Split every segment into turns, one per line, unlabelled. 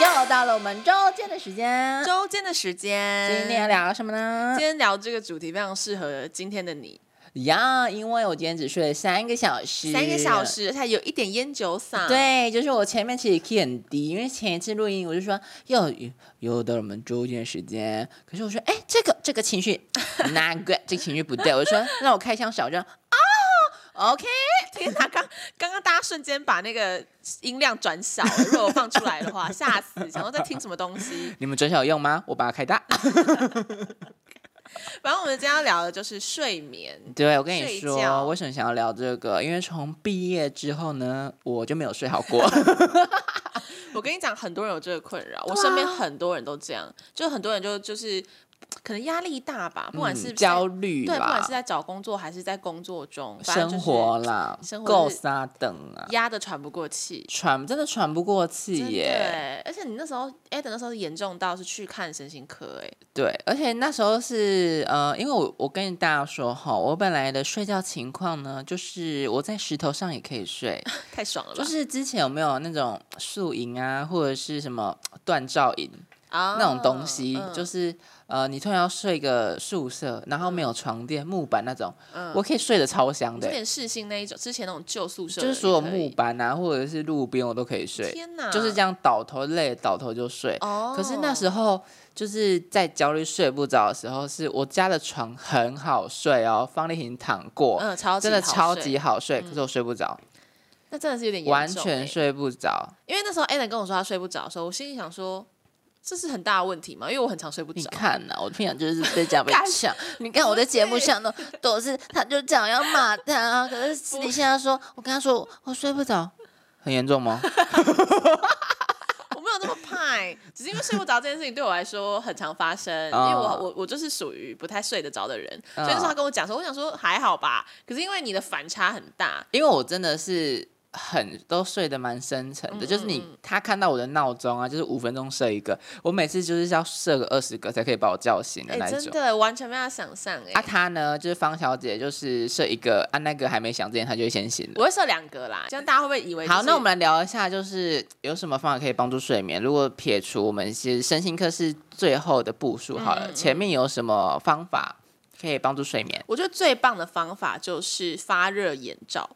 又到了我们周间的时间，
周间的时间，
嗯今天聊嗯什么呢
今？天聊这个主题非常适合今天的你，
呀，因为我今天只睡了三个小时，啊
三个小。时，而且有一点烟酒嗓，，
对，就是我前面其实 key 很低，因为前一次录音我就说又又到了我们周间时间，可是我说哎，这个这个情 绪 not good，这个情绪不对，我说那我开枪小声啊，OK，
天哪，刚刚刚大家瞬间把那个音量转小了，如果我放出来的话，吓死，想说在听什么 东西。
你们准小有用吗？我把它开大。
反正我们今天要聊的就是睡眠，
对，我跟你
睡
说，
觉
为什么想要聊这个？因为从毕业之后呢，我就没有睡好 过。
我跟你讲，很多人有这个困扰，我身边很多人都这样，就很多人就就是可能压力大吧，不管是在、
嗯 焦虑
对，不管
啦
是，在找工作还是在工作中，反正就
生
是
活啦
生，活
够
是
撒等啊，
压得喘不过气。
喘真的喘不过气
真的
耶。
欸，而且你那时候 a d 那时候严重到是去看身心科，哎，
对，而且那时候是呃，因为我我跟大家说哈，我本来的睡觉情况呢，就是我在石头上也可以 睡，
太爽了吧？
就是之前有没有那种宿营啊，或者是什么锻造营，
啊
那种东西，
嗯
就是呃，你突然要睡个宿舍，然后没有床垫、木板那种，我可以睡得超香
嗯有
的、欸
点世新那一种，之前那种旧宿舍
就
的
是
也
所有
可
木
以，
板啊，或者是路边我都可以睡，
天哪，
就是这
样
样倒头累了倒头就睡。
哦。
可是那时候就是在焦虑睡不着的时候，是我家的床很好睡哦，方丽婷躺过，
嗯，超级
真的
好
超
睡
级，好睡，嗯可是我睡不着，
那真的是有点严
完
重
全
欸
睡不着。
因为那时候 Alan 跟我说他睡不着的时候，我心里想说，这是很大的问题嘛，因为我很常睡不
你
着。
看呐、我平常就是被这样 被
干
呛。你看我在节目上呢，都是他就讲要骂他啊，可是私底下说，我跟他说我睡不着，很严重吗？
我没有那么怕、欸，只是因为睡不着这件事情对我来说很常发生，因
哦
为我我我就是属于不太睡得着的人，
嗯
所以那时候他跟我讲说，我想说还好吧，可是因为你的反差很大，
因为我真的是很都睡得蛮深沉的，
嗯
就是你
嗯嗯
他看到我的闹钟啊，就是五分钟设一个，我每次就是要设个二十个才可以把我叫醒的
哎、
那一
真
种。
的完全没有想象哎、
啊，他呢，就是方小姐，就是设一个啊，那个还没响之前，他就会先醒了。
我会设两个啦，这样大家会不会以为、
好，那我们来聊一下，就是有什么方法可以帮助睡眠？如果撇除我们是身心科是最后的步数好了，
嗯嗯嗯
前面有什么方法可以帮助睡眠？
我觉得最棒的方法就是发热眼罩。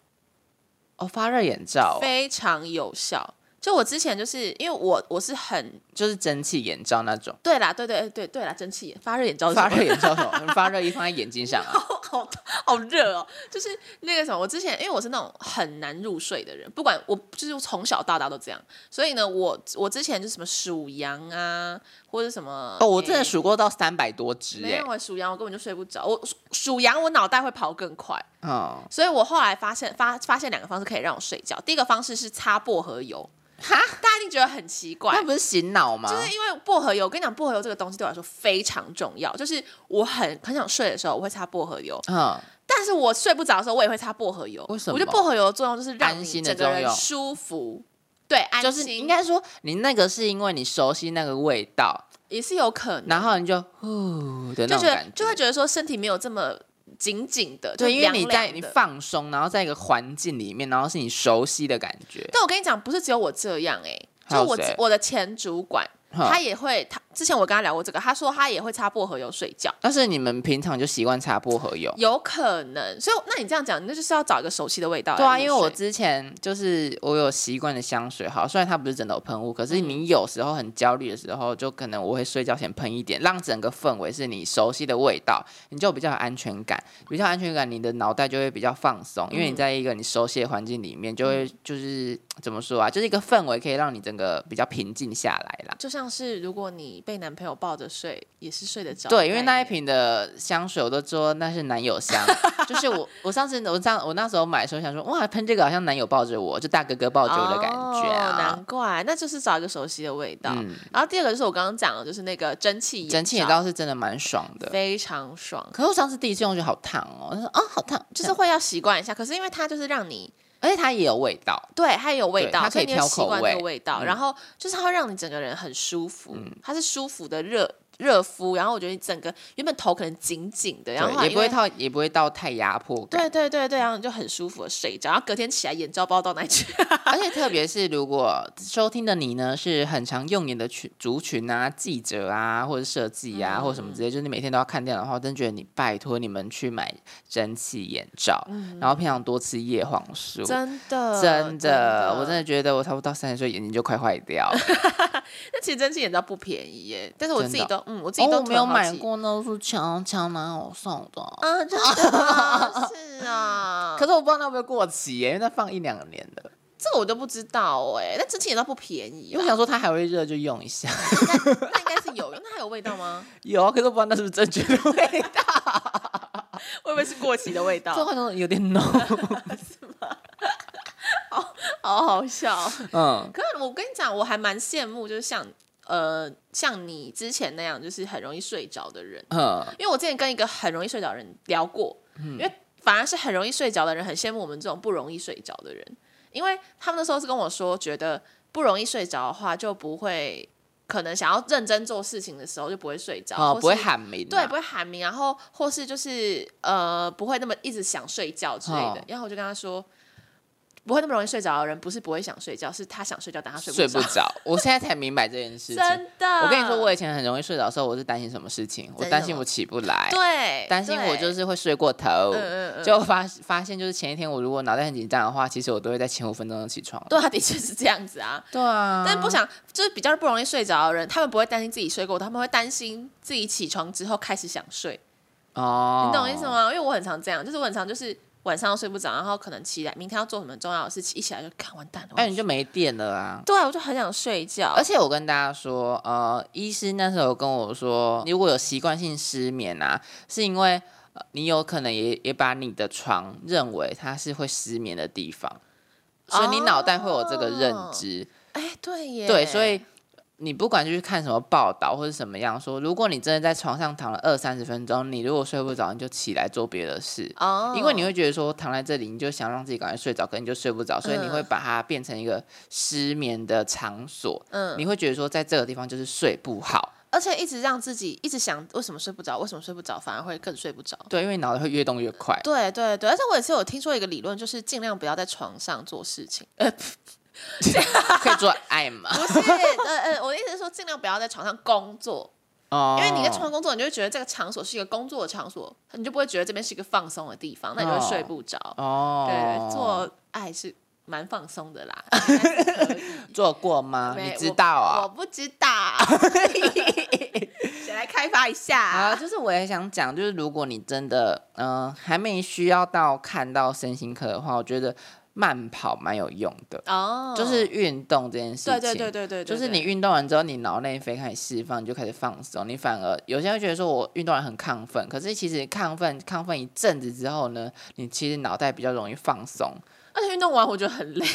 哦，发热眼罩哦、
非常有效。就我之前就是因为我我是很
就是蒸汽眼罩那种。
对啦，对对对对啦，蒸汽眼发热眼哦罩是什
发
么
热眼罩什么？发热衣放在眼睛上 啊？
好 好热哦，就是那个什么，我之前因为我是那种很难入睡的人，不管我就是从小到大都这样，所以呢，我我之前就是什么数羊啊，或者什么
哦，我真的
诶
数过到三百多只
没
哎
有、我数羊，我根本就睡不着，我数数羊我脑袋会跑更快，
嗯，
所以我后来发现发发现两个方式可以让我睡觉，第一个方式是擦薄荷油，
哈，
大家一定觉得很奇怪
那，不是醒脑吗？
就是因为薄荷油，我跟你讲，薄荷油这个东西对我来说非常重要。就是我很很想睡的时候，我会擦薄荷油；
嗯，
但是我睡不着的时候，我也会擦薄荷油。
为什么
我觉得薄荷油的作用就是让
安
你
心的
整个
作
人
用
舒服，对，安心
就是应该说你那个是因为你熟悉那个味道，
也是有可能，
然后你就呼的那种
嗯就觉得
感
就会觉得说身体没有这么紧紧的，
对，
就
因为
凉
你在
凉
你
的
放松，然后在一个环境里面，然后是你熟悉的感觉。
但我跟你讲，不是只有我这样哎、
还
就
有
我
谁
我的前主管，
哼
他也会，他之前我跟他聊过这个，他说他也会擦薄荷油睡觉。
但是你们平常就习惯擦薄荷油。
有可能，所以那你这样讲，那就是要找一个熟悉的味道来
对
入
啊，
睡。
因为我之前就是我有习惯的香水，好，虽然它不是枕头喷雾，可是你有时候很焦虑的时候，就可能我会睡觉前喷一点，让整个氛围是你熟悉的味道，你就比较有安全感，比较有安全感，你的脑袋就会比较放松，因为你在一个你熟悉的环境里面，就会就是怎么说啊，就是一个氛围可以让你整个比较平静下来啦。
就像是如果你被男朋友抱着睡，也是睡得着的概
对，
念。
因为那一瓶的香水我都说那是男友 香，就是我我上次我上我那时候买的时候想说哇喷这个好像男友抱着我，就大哥哥抱着我的感觉
哦，
啊。
难怪，那就是找一个熟悉的味道。
嗯
然后第二个就是我刚刚讲的，就是那个蒸汽眼罩
整体眼罩是真的蛮爽的，
非常爽，
可是我上次第一次用就好烫哦，我就说哦好烫，就
就是是会要习惯一下。可是因为它就是让你
而且它也有味道，
对它也有味
对
道，
它可
所
以
以你会
调
习
口
惯这个
味嗯
味道。然后就是它会让你整个人很舒服，它是舒服的热热敷，然后我觉得整个原本头可能紧紧的，然后
对也
因
不会
为
到也不会到太压迫感。
对对对对，然后你就很舒服的睡着，然后隔天起来眼罩不知道到哪里去。
而且特别是如果收听的你呢是很常用眼的群族群啊、记者啊，或者设计啊，或者什么之类，就是你每天都要看电脑的话，我真觉得你拜托你们去买蒸汽眼罩，然后平常多吃叶黄素。
真
嗯
的，
真的，我真的觉得我差不多到三十岁眼睛就快坏掉 了。
那其实蒸汽眼罩不便宜耶，但是我自己
真的
都，嗯，我自己
哦，
都、
我没有买。过那是强强男友送的，
啊，真 的吗是啊，
可是我不知道那会不会过期耶，因为它放一两年的。
这个我都不知道哎。那蒸汽眼罩不便宜
因为
啊，
我想说它还会热就用一 下，
那应该是有用。那还有味 道吗？
有啊，可是我不知道那是不是正确的味 道，
会不会是过期的味道
这？好像有点浓。
好好笑。
嗯，
可是我跟你讲，我还蛮羡慕，就是像呃像你之前那样，就是很容易睡着的人。
嗯，
因为我之前跟一个很容易睡着的人聊过，因为反而是很容易睡着的人很羡慕我们这种不容易睡着的人，因为他们那时候是跟我说，觉得不容易睡着的话就不会，可能想要认真做事情的时候就不会睡着，
哦，
或是
不会喊名、啊，
对，不会喊鸣，然后或是就是呃，不会那么一直想睡觉之类的。
哦
然后我就跟他说，不会那么容易睡着的人，不是不会想睡觉，是他想睡觉，但他睡
睡
不
不
着。
着。我现在才明白这件事情。
真的，
我跟你说，我以前很容易睡着的时候，我是担心什么事情？我
担心
担
什
心
么
我起不来，
对
担心我就
对
是会睡过头。
嗯嗯嗯，
就发发现，就是前一天我如果脑袋很紧张的话，其实我都会在前五分钟就起床了。
对，他的确是这样子啊。
对啊，
但不想就是比较不容易睡着的人，他们不会担心自己睡过头，他们会担心自己起床之后开始想睡。
哦，
你懂我意思？吗？因为我很常这样，就是我很常就是晚上睡不着，然后可能起来明天要做什么重要的事情，一起来就看完蛋了。
哎，你就没电了啊。
对我就很想睡觉
而，且我跟大家说，呃，医师那时候有跟我说，如果有习惯性失眠啊，是因为、呃你有可能也也把你的床认为它是会失眠的地方，所以你脑袋会有这个认知。
哎，对耶，
对，所以你不管去看什么报道或者什么样说，如果你真的在床上躺了二三十分钟，你如果睡不着，你就起来做别的事。
哦，
因为你会觉得说躺在这里，你就想让自己赶快睡着，可你就睡不着，所以你会
嗯
把它变成一个失眠的场所。
嗯，
你会觉得说在这个地方就是睡不好，
而且一直让自己一直想为什么睡不着，为什么睡不着，反而会更睡不着。
对，因为脑袋会越动越 快。
对对对，而且我也是有听说一个理论，就是尽量不要在床上做事 情。呃，
可以做爱嘛？
啊不是，呃呃，我的意思是说，尽量不要在床上工作，
哦
因为你在床上工作，你就会觉得这个场所是一个工作的场所，你就不会觉得这边是一个放松的地方，那你就会睡不着。
哦，
对对，做爱是蛮放松的啦，应该是可以
做过 吗？
没
你知道
我
啊？
不知道， 谁来开发一下、
啊，
啊？
就是我也想讲，就是如果你真的嗯、呃还没需要到看到身心科的话，我觉得慢跑蛮有用的，
哦，
就是运动这件事情。
对对对对对，对
就是你运动完之后，你脑内啡开始释放，你就开始放松。你反而有些人会觉得说，我运动完很亢奋，可是其实亢奋亢奋一阵子之后呢，你其实脑袋比较容易放松。
而且运动完我觉得很 累。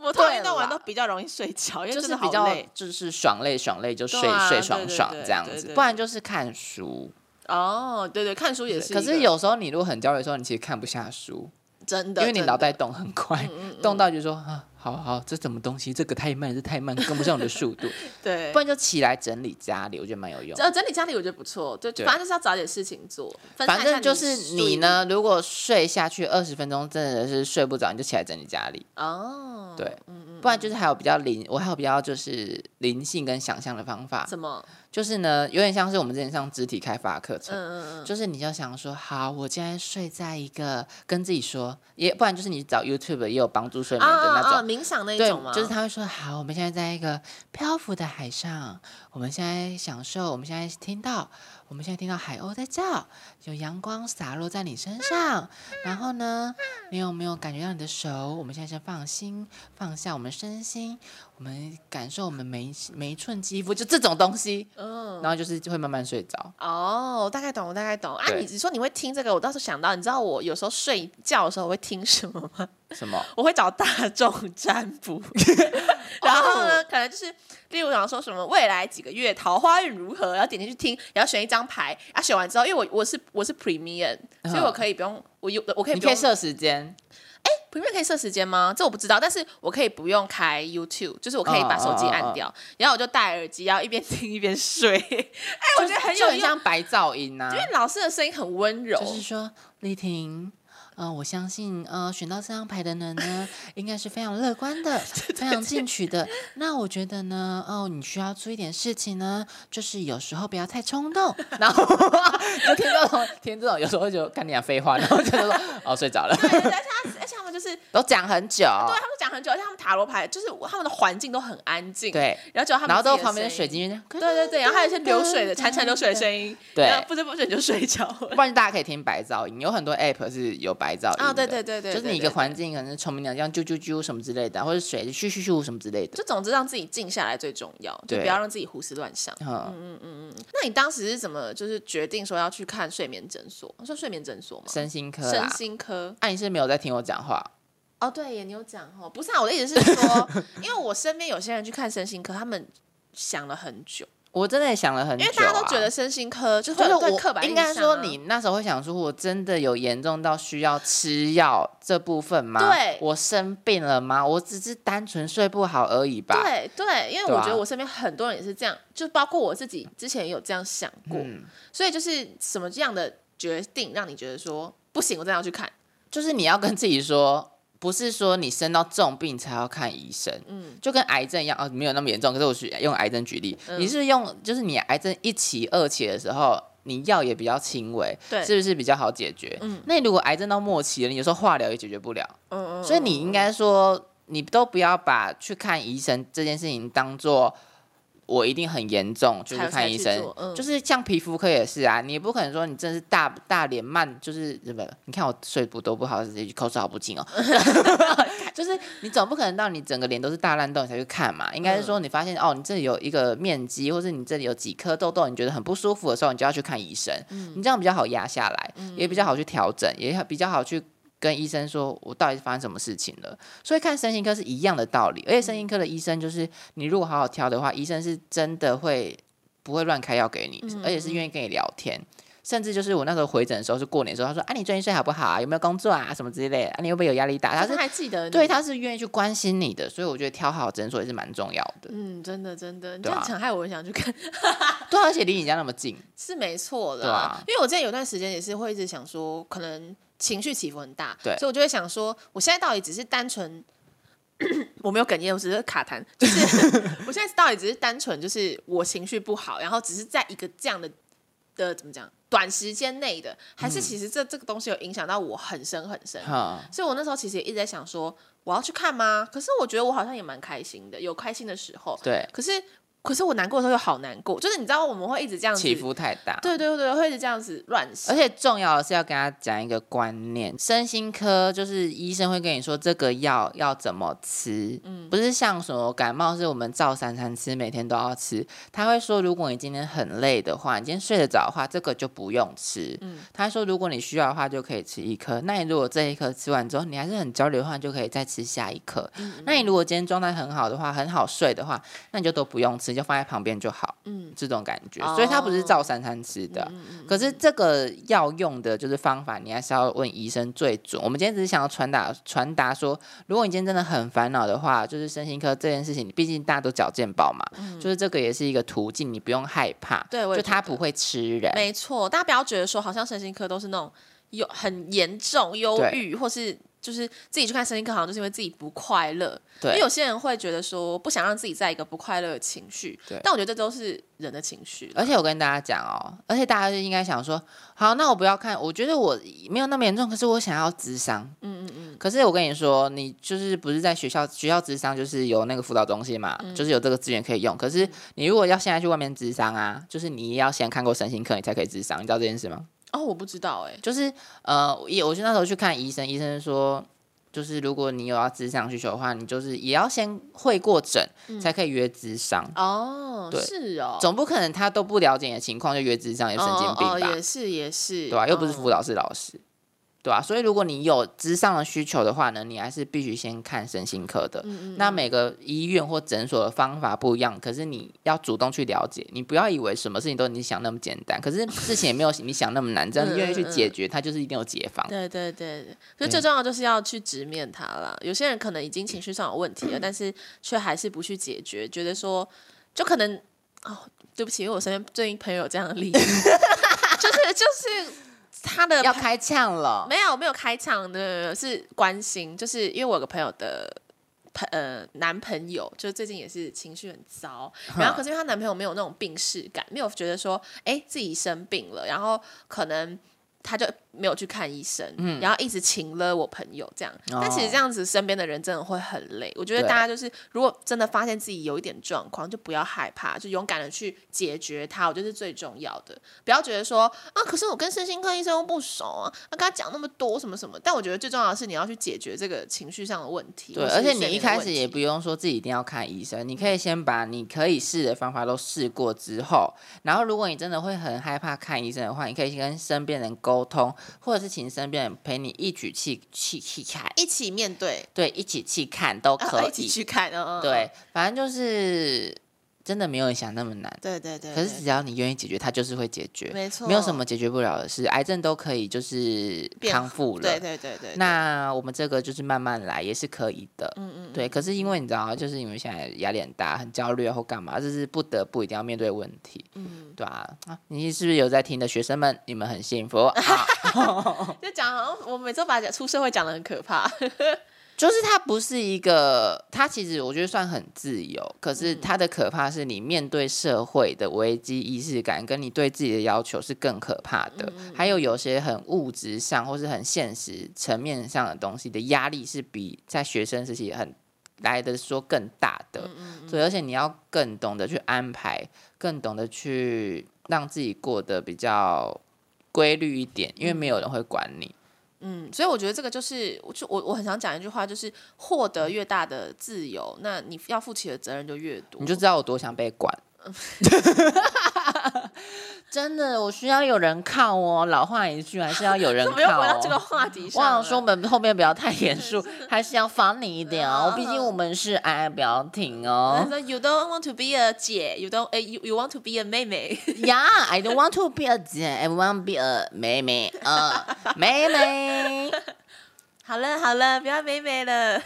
我通常运动完
对
都
啦
比较容易睡觉，因为
就
真
是
的
比
好
较
累
就是爽累爽累就睡
对啊
睡
对
爽
对
爽
对
这样
对
子
对，
不然就是看书。
哦。对对，看书也是一个，
可是有时候你如果很焦虑的时候，你其实看不下书，
真的，
因为你
真的嗯
脑袋动很快，动到就说啊，好好，这什么东西？这个太慢，这太慢，跟不上我的速 度。
对
不。然就起来整理家里，我觉得蛮有用。
呃，整理家里我觉得不错，对，
对
反正就是要找点事情做。分散
反
一下
正就
的
是
注意
你
力？
呢，如果睡下去二十分钟，真的是睡不着，你就起来整理家里。
哦，
对，不然就是还有比较灵，我还有比较就是灵性跟想象的方法，
什么？
就是呢，有点像是我们之前上肢体开发课程，
嗯嗯嗯，
就是你要想说，好，我今天睡在一个跟自己说，也不然就是你找 YouTube 也有帮助睡眠的那种。
啊，冥想那一
对
种吗？，
就是他会说好，我们现在在一个漂浮的海上，我们现在享受，我们现在听到，我们现在听到海鸥在叫，有阳光洒落在你身上，然后呢，你有没有感觉到你的手？我们现在先放心，放下我们身心，我们感受我们每一每一寸肌肤，就这种东西，
嗯，
然后就是就会慢慢睡着。
哦，大概懂，我大概懂啊。
对
你你说你会听这个，我倒是想到，你知道我有时候睡觉的时候我会听什么吗？
什么？
我会找大众占卜， 然后呢，可能就是例如想说什么未来几个月桃花运如何，然后点进去听，然后选一张牌，啊，选完之后，因为我我是我是嗯 Premium，所以我可以不用，我有我可以
你
不
可以
用
设时间，
平面可以设时间吗？这我不知道，但是我可以不用开 YouTube，就是我可以把手机按掉然后我就戴耳机，然后一边听一边睡。 哎、我觉得很
就
有
很
用，
像白噪音啊呐、
因为老师的声音很温柔，
就是说，丽婷，呃，我相信，呃，选到这张牌的人呢，应该是非常乐观 的，非常进取的。那我觉得呢，哦，你需要做一点事情呢，就是有时候不要太冲动。 然后就听这种，听这种，有时候就看你俩废话，然后就说，哦，睡着了，
对，而且他而且他们就是对
都讲很久，
他们讲很久，而且他们塔罗牌就是他们的环境都很安静，，
对，
然后就他们
然后都
自己
旁边的
声
水
音。
晶音，对
对对对，然后还有一些流水的潺潺流水的声音，
对
然后不知不觉你就睡着了
不。然大家可以听白噪音，有很多 app 是有白噪音的
啊，对对对对，
就是你一
对
个，环境可能是虫鸣鸟叫啾啾啾什么之类的，或者水咻咻咻什么之类
对
的。
就总之让自己静下来最重要，就
对
不要让自己胡思乱想。
嗯，
那你当时是怎么就是决定说要去看睡眠诊所？说睡眠诊所吗？
身心科
身
啦。
心科
啊，你是没有在听我讲话，
哦，对耶，你有讲哦，不是啊，我的意思是说，因为我身边有些人去看身心科，他们想了很久，
我真的也想了很久、
因
啊，
为大家都觉得。身心科就
就是
会有对刻
我
板
应
印象啊、
该说，你那时候会想说，我真的有严重到需要吃药这部分吗？
对
我生病了吗？我只是单纯睡不好而已吧。啊
对对，因为
对
我
啊
觉得我身边很多人也是这样，就包括我自己之前也有这样想过，
嗯，
所以就是什么样的决定让你觉得说不行，我真的要去看？
就是你要跟自己说，不是说你生到重病才要看医生，
嗯，
就跟癌症一样啊、没有那么严重。可是我是用癌症举例，
嗯
你是用就是你癌症一期、二期的时候，你药也比较轻微，
对
是不是比较好解决？
嗯
那你如果癌症到末期了，你有时候化疗也解决不了，
嗯嗯
所以你应该说，你都不要把去看医生这件事情当做我一定很严重就去
才
看医
才去
生
做，嗯
就是像皮肤科也是啊，你也不可能说你真的是大大脸慢，就是什么？你看我睡不都不好，口齿好不清哦，就是你总不可能到你整个脸都是大烂痘你才去看嘛，应该是说你发现哦，你这里有一个面积，或是你这里有几颗痘痘，你觉得很不舒服的时候，你就要去看医生，你这样比较好压下来，也比较好去调整，也比较好去跟医生说我到底是发生什么事情了。所以看身心科是一样的道理，而且身心科的医生就是你如果好好挑的话，医生是真的会不会乱开药给你，而且是愿意跟你聊天。甚至就是我那时候回诊的时候是过年的时候，他说：“啊，你最近睡好不好啊？有没有工作啊？什么之类的？啊，你会不会有压力大？”他
他
是
嗯是还记得你
对，他是愿意去关心你的，所以我觉得挑好诊所也是蛮重要的。
嗯，真的真的，你这
对啊
样想害我很想去看，
对啊，而且离你家那么近，
是没错
对
的、
啊
因为我之前有段时间也是会一直想说，可能情绪起伏很大，
对
所以我就会想说，我现在到底只是单纯。 我没有哽咽，我只是卡痰。就是 我现在到底只是单纯，就是我情绪不好，然后只是在一个这样的的怎么讲，短时间内的，还
嗯
是其实这、这个东西有影响到我很深很深。
哈，
所以我那时候其实也一直在想说，我要去看吗？可是我觉得我好像也蛮开心的，有开心的时候，
对，
可是可是我难过的时候又好难过，就是你知道我们会一直这样子
起，伏太大。
对对对，会一直这样子乱想
而。且重要的是要跟他讲一个观念，身心科就是医生会跟你说这个药要怎么吃，
嗯
不是像什么感冒是我们照三餐吃，每天都要吃。他会说，如果你今天很累的话，你今天睡得着的话，这个就不用吃。他说，如果你需要的话，就可以吃一颗。那你如果这一颗吃完之后，你还是很焦虑的话，你就可以再吃下一颗。
嗯
那你如果今天状态很好的话，很好睡的话，那你就都不用吃，你就放在旁边就好。
嗯
这种感觉，
哦嗯
所以它不是照三餐吃的。可是这个药用的就是方法，你还是要问医生最准。我们今天只是想要传达传达说，如果你今天真的很烦恼的话，就是身心科这件事情，毕竟大家都矫健保嘛，就是这个也是一个途径，你不用害怕。
嗯对我也
就它
觉
不会吃人。
没错，大家不要觉得说好像身心科都是那种有很严重忧郁，或是就是自己去看身心科，好像就是因为自己不快乐。因
对
为有些人会觉得说不想让自己在一个不快乐的情绪
对，
但我觉得这都是人的情绪。
而且我跟大家讲哦，而且大家就应该想说，好，那我不要看，我觉得我没有那么严重，可是我想要智商，嗯嗯嗯。可是我跟你说，你就是不是在学校，学校智商就是有那个辅导中心嘛，就是有这个资源可以用。可是你如果要现在去外面智商啊，就是你也要先看过身心科，你才可以智商，你知道这件事吗？
哦，我不知道哎、
就是呃，也我去那时候去看医生，医生说，就是如果你有要智商需求的话，你就是也要先会过诊，才可以约智商。
哦，
对
是哦，
总不可能他都不了解你的情况就约智商，也神经病吧？
哦哦，也是也
对
是，
吧、又不是
哦嗯
辅导室老师，对吧、所以如果你有之上的需求的话呢，你还是必须先看身心科的。
嗯嗯
那每个医院或诊所的方法不一样，可是你要主动去了解，你不要以为什么事情都你想那么简单，可是事情也没有你想那么难，只要你愿意去解决，它就是一定有解放。
嗯对对对对，所以最重要就是要去直面它啦。有些人可能已经情绪上有问题了，但是却还是不去解决，觉得说，就可能哦，对不起，因为我身边最近朋友有这样的例子， 就是就是他的
要开呛了，
没有没有开场的是关心，就是因为我有个朋友的朋呃男朋友，就最近也是情绪很糟，
嗯
然后可是因为她男朋友没有那种病逝感，没有觉得说哎、诶自己生病了，然后可能。她就没有去看医生，然后一直请了我朋友这样，
嗯哦
但其实这样子身边的人真的会很累。我觉得
对
大家就是，如果真的发现自己有一点状况，就不要害怕，就勇敢的去解决它，我觉得是最重要的。不要觉得说啊，可是我跟身心科医生又不熟啊，啊跟他讲那么多什么什么。但我觉得最重要的是你要去解决这个情绪上的问题。
对，
或是
而且
睡
你一
眠的
开
问
始也
题嗯
不用说自己一定要看医生，你可以先把你可以试的方法都试过之后，然后如果你真的会很害怕看医生的话，你可以先跟身边人沟通，或者是请身边人陪你一起去去去看，
一起面对，
对，一起去看都
啊
可
一起
以。
去看，嗯嗯，嗯
对，反正就是真的没有你想那么难，
对对对。
可是
对
只要你愿意解决，它就是会解决，
没错，
没有什么解决不了的事，癌症都可以就是
变
康复了。
对对对对，
那我们这个就是慢慢来，也是可以的。
嗯嗯嗯
对，可是因为你知道，就是因为现在压力很大，很焦虑啊或干嘛，这是不得不一定要面对的问题，
嗯，
对啊，啊你是不是有在听的学生们？你们很幸福，啊、
就讲好像我每次都把出社会讲的很 可怕，
就是它不是一个，它其实我觉得算很自由，可是它的可怕是你面对社会的危机意识感，跟你对自己的要求是更可怕的。还有有些很物质上或是很现实层面上的东西的压力，是比在学生时期很来的说更大的。所以，而且你要更懂得去安排，更懂得去让自己过得比较规律一点，因为没有人会管你。
嗯，所以我觉得这个就是，我就我我很想讲一句话，就是获得越大的自由，那你要负起的责任就越多，
你就知道我多想被管。 真的，我需要有人靠哦。老话一句，还是要有人
怎么又
靠、
回到这个
哦。
话题
我
上了？
想说，我们后面不要太严 肃，还是要放你一点哦。毕竟我们是爱，不要停
他
哦。
说 You don't want to be a 姐，You don't 哎、y o u you want to be a 妹妹。
Yeah, I don't want to be a 姐，I want to be a 妹妹，呃， 妹妹。
好了好了，不要妹妹了。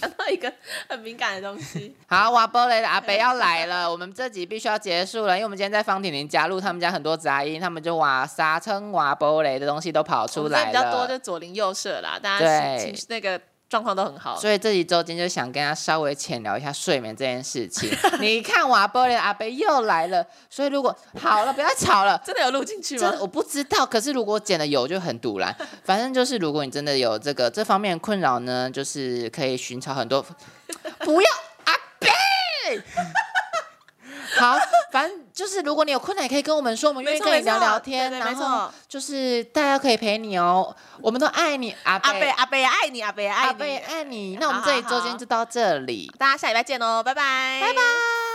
讲到一个很敏感的东西，
好，瓦波雷的阿北要来了， 我们这集必须要结束了，因为我们今天在方婷婷加入他们家很多杂音，他们就瓦沙称瓦波雷的东西都跑
我
出
们这
来
比
了。
较多就左邻右舍啦，大家
对
情情绪那个状况都很好。
所以这集周间就想跟他稍微浅聊一下睡眠这件事情。 你看瓦波雷的阿贝又来了，所以如果好了，不要吵 了。
真的有录进去
真的
吗？
我不知道，可是如果剪了有就很堵然。反正就是，如果你真的有这个这方面的困扰呢，就是可以寻找很多。 不要阿贝。 好，反正就是，如果你有困难，也可以跟我们说，我们愿意
没错
跟你
没错
聊聊天。
对对
然
没错
后就是大家可以陪你哦，我们都爱你，阿
阿贝
贝，
阿贝爱你，阿贝爱
哎阿
你
啊贝，爱你。那我们这一周
好好
间
好
就到这里。
大家下礼拜见哦，拜拜，
拜拜。